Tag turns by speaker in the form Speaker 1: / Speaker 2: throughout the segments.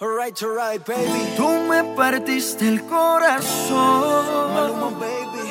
Speaker 1: Alright, alright, baby.
Speaker 2: Tú me partiste el
Speaker 1: Maluma,
Speaker 2: corazón.
Speaker 1: baby.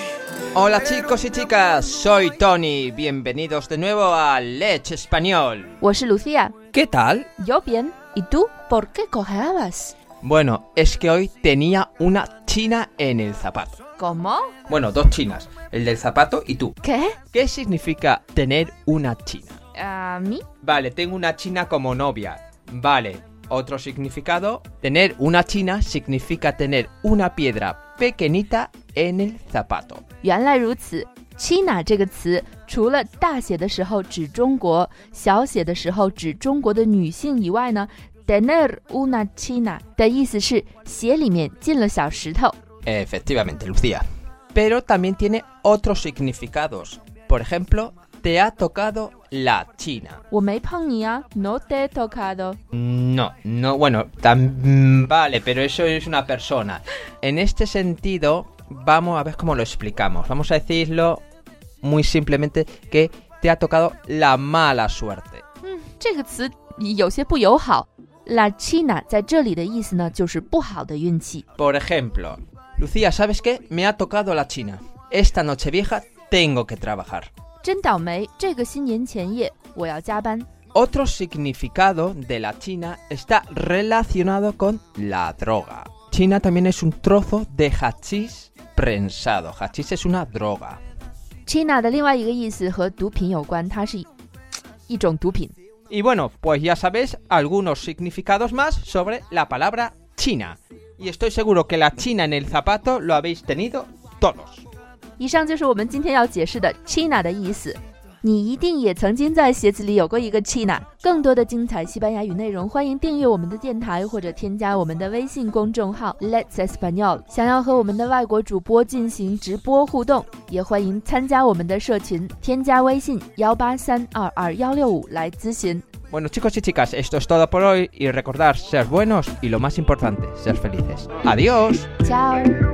Speaker 3: Hola chicos y chicas, soy Tony. Bienvenidos de nuevo a Leche Español.
Speaker 4: 我是卢西亚，
Speaker 3: ¿Qué tal?
Speaker 4: yo bien. ¿Y tú por qué cojeabas?
Speaker 3: Bueno, es que hoy tenía una china en el zapato.
Speaker 4: ¿Cómo?
Speaker 3: Bueno, dos chinas, el del zapato y tú.
Speaker 4: ¿Qué?
Speaker 3: ¿Qué significa tener una china?
Speaker 4: ¿A mí?
Speaker 3: Vale, tengo una china como novia. Vale, otro significado. Tener una china significa tener una piedra pequeñita en el zapato.
Speaker 4: 原来如此。China 这个词，除了大写的时候指中国，小写的时候指中国的女性以外呢，tener una China 的意思是鞋里面进了小石头。
Speaker 3: Efectivamente, Lucía. Pero también tiene otros significados. Por ejemplo, te ha tocado la China.
Speaker 4: 我没碰你啊，no te tocado。
Speaker 3: No, no, bueno, tan vale, pero eso es una persona. En este sentido, vamos a ver cómo lo explicamos. Vamos a decirlo muy simplemente que te ha tocado la mala suerte.
Speaker 4: 嗯这个词有些不友好。La China 在这里的意思呢，就是不好的运气。
Speaker 3: Por ejemplo, Lucía, ¿sabes qué? Me ha tocado la China. Esta noche vieja tengo que trabajar.
Speaker 4: 真倒霉，这个新年前夜我要加班。
Speaker 3: Otro significado de la China está relacionado con la droga. China también es un trozo de hachís prensado. Hachís es una droga.
Speaker 4: China 的另外一个意思和毒品有关，它是一一种毒品。
Speaker 3: Y bueno, pues ya sabéis algunos significados más sobre la palabra China. Y estoy seguro que la China en el zapato lo habéis tenido todos.
Speaker 4: 以上就是我们今天要解释的 China 的意思。你一定也曾经在鞋子里有过一个 China。更多的精彩西班牙语内容，欢迎订阅我们的电台或者添加我们的微信公众号 Let's Espanol。想要和我们的外国主播进行直播互动，也欢迎参加我们的社群，添加微信幺八三二二幺六五来咨询。
Speaker 3: Bueno chicos y chicas, esto es todo por hoy y recordar ser buenos y lo más importante, ser felices. Adiós.
Speaker 4: Ciao。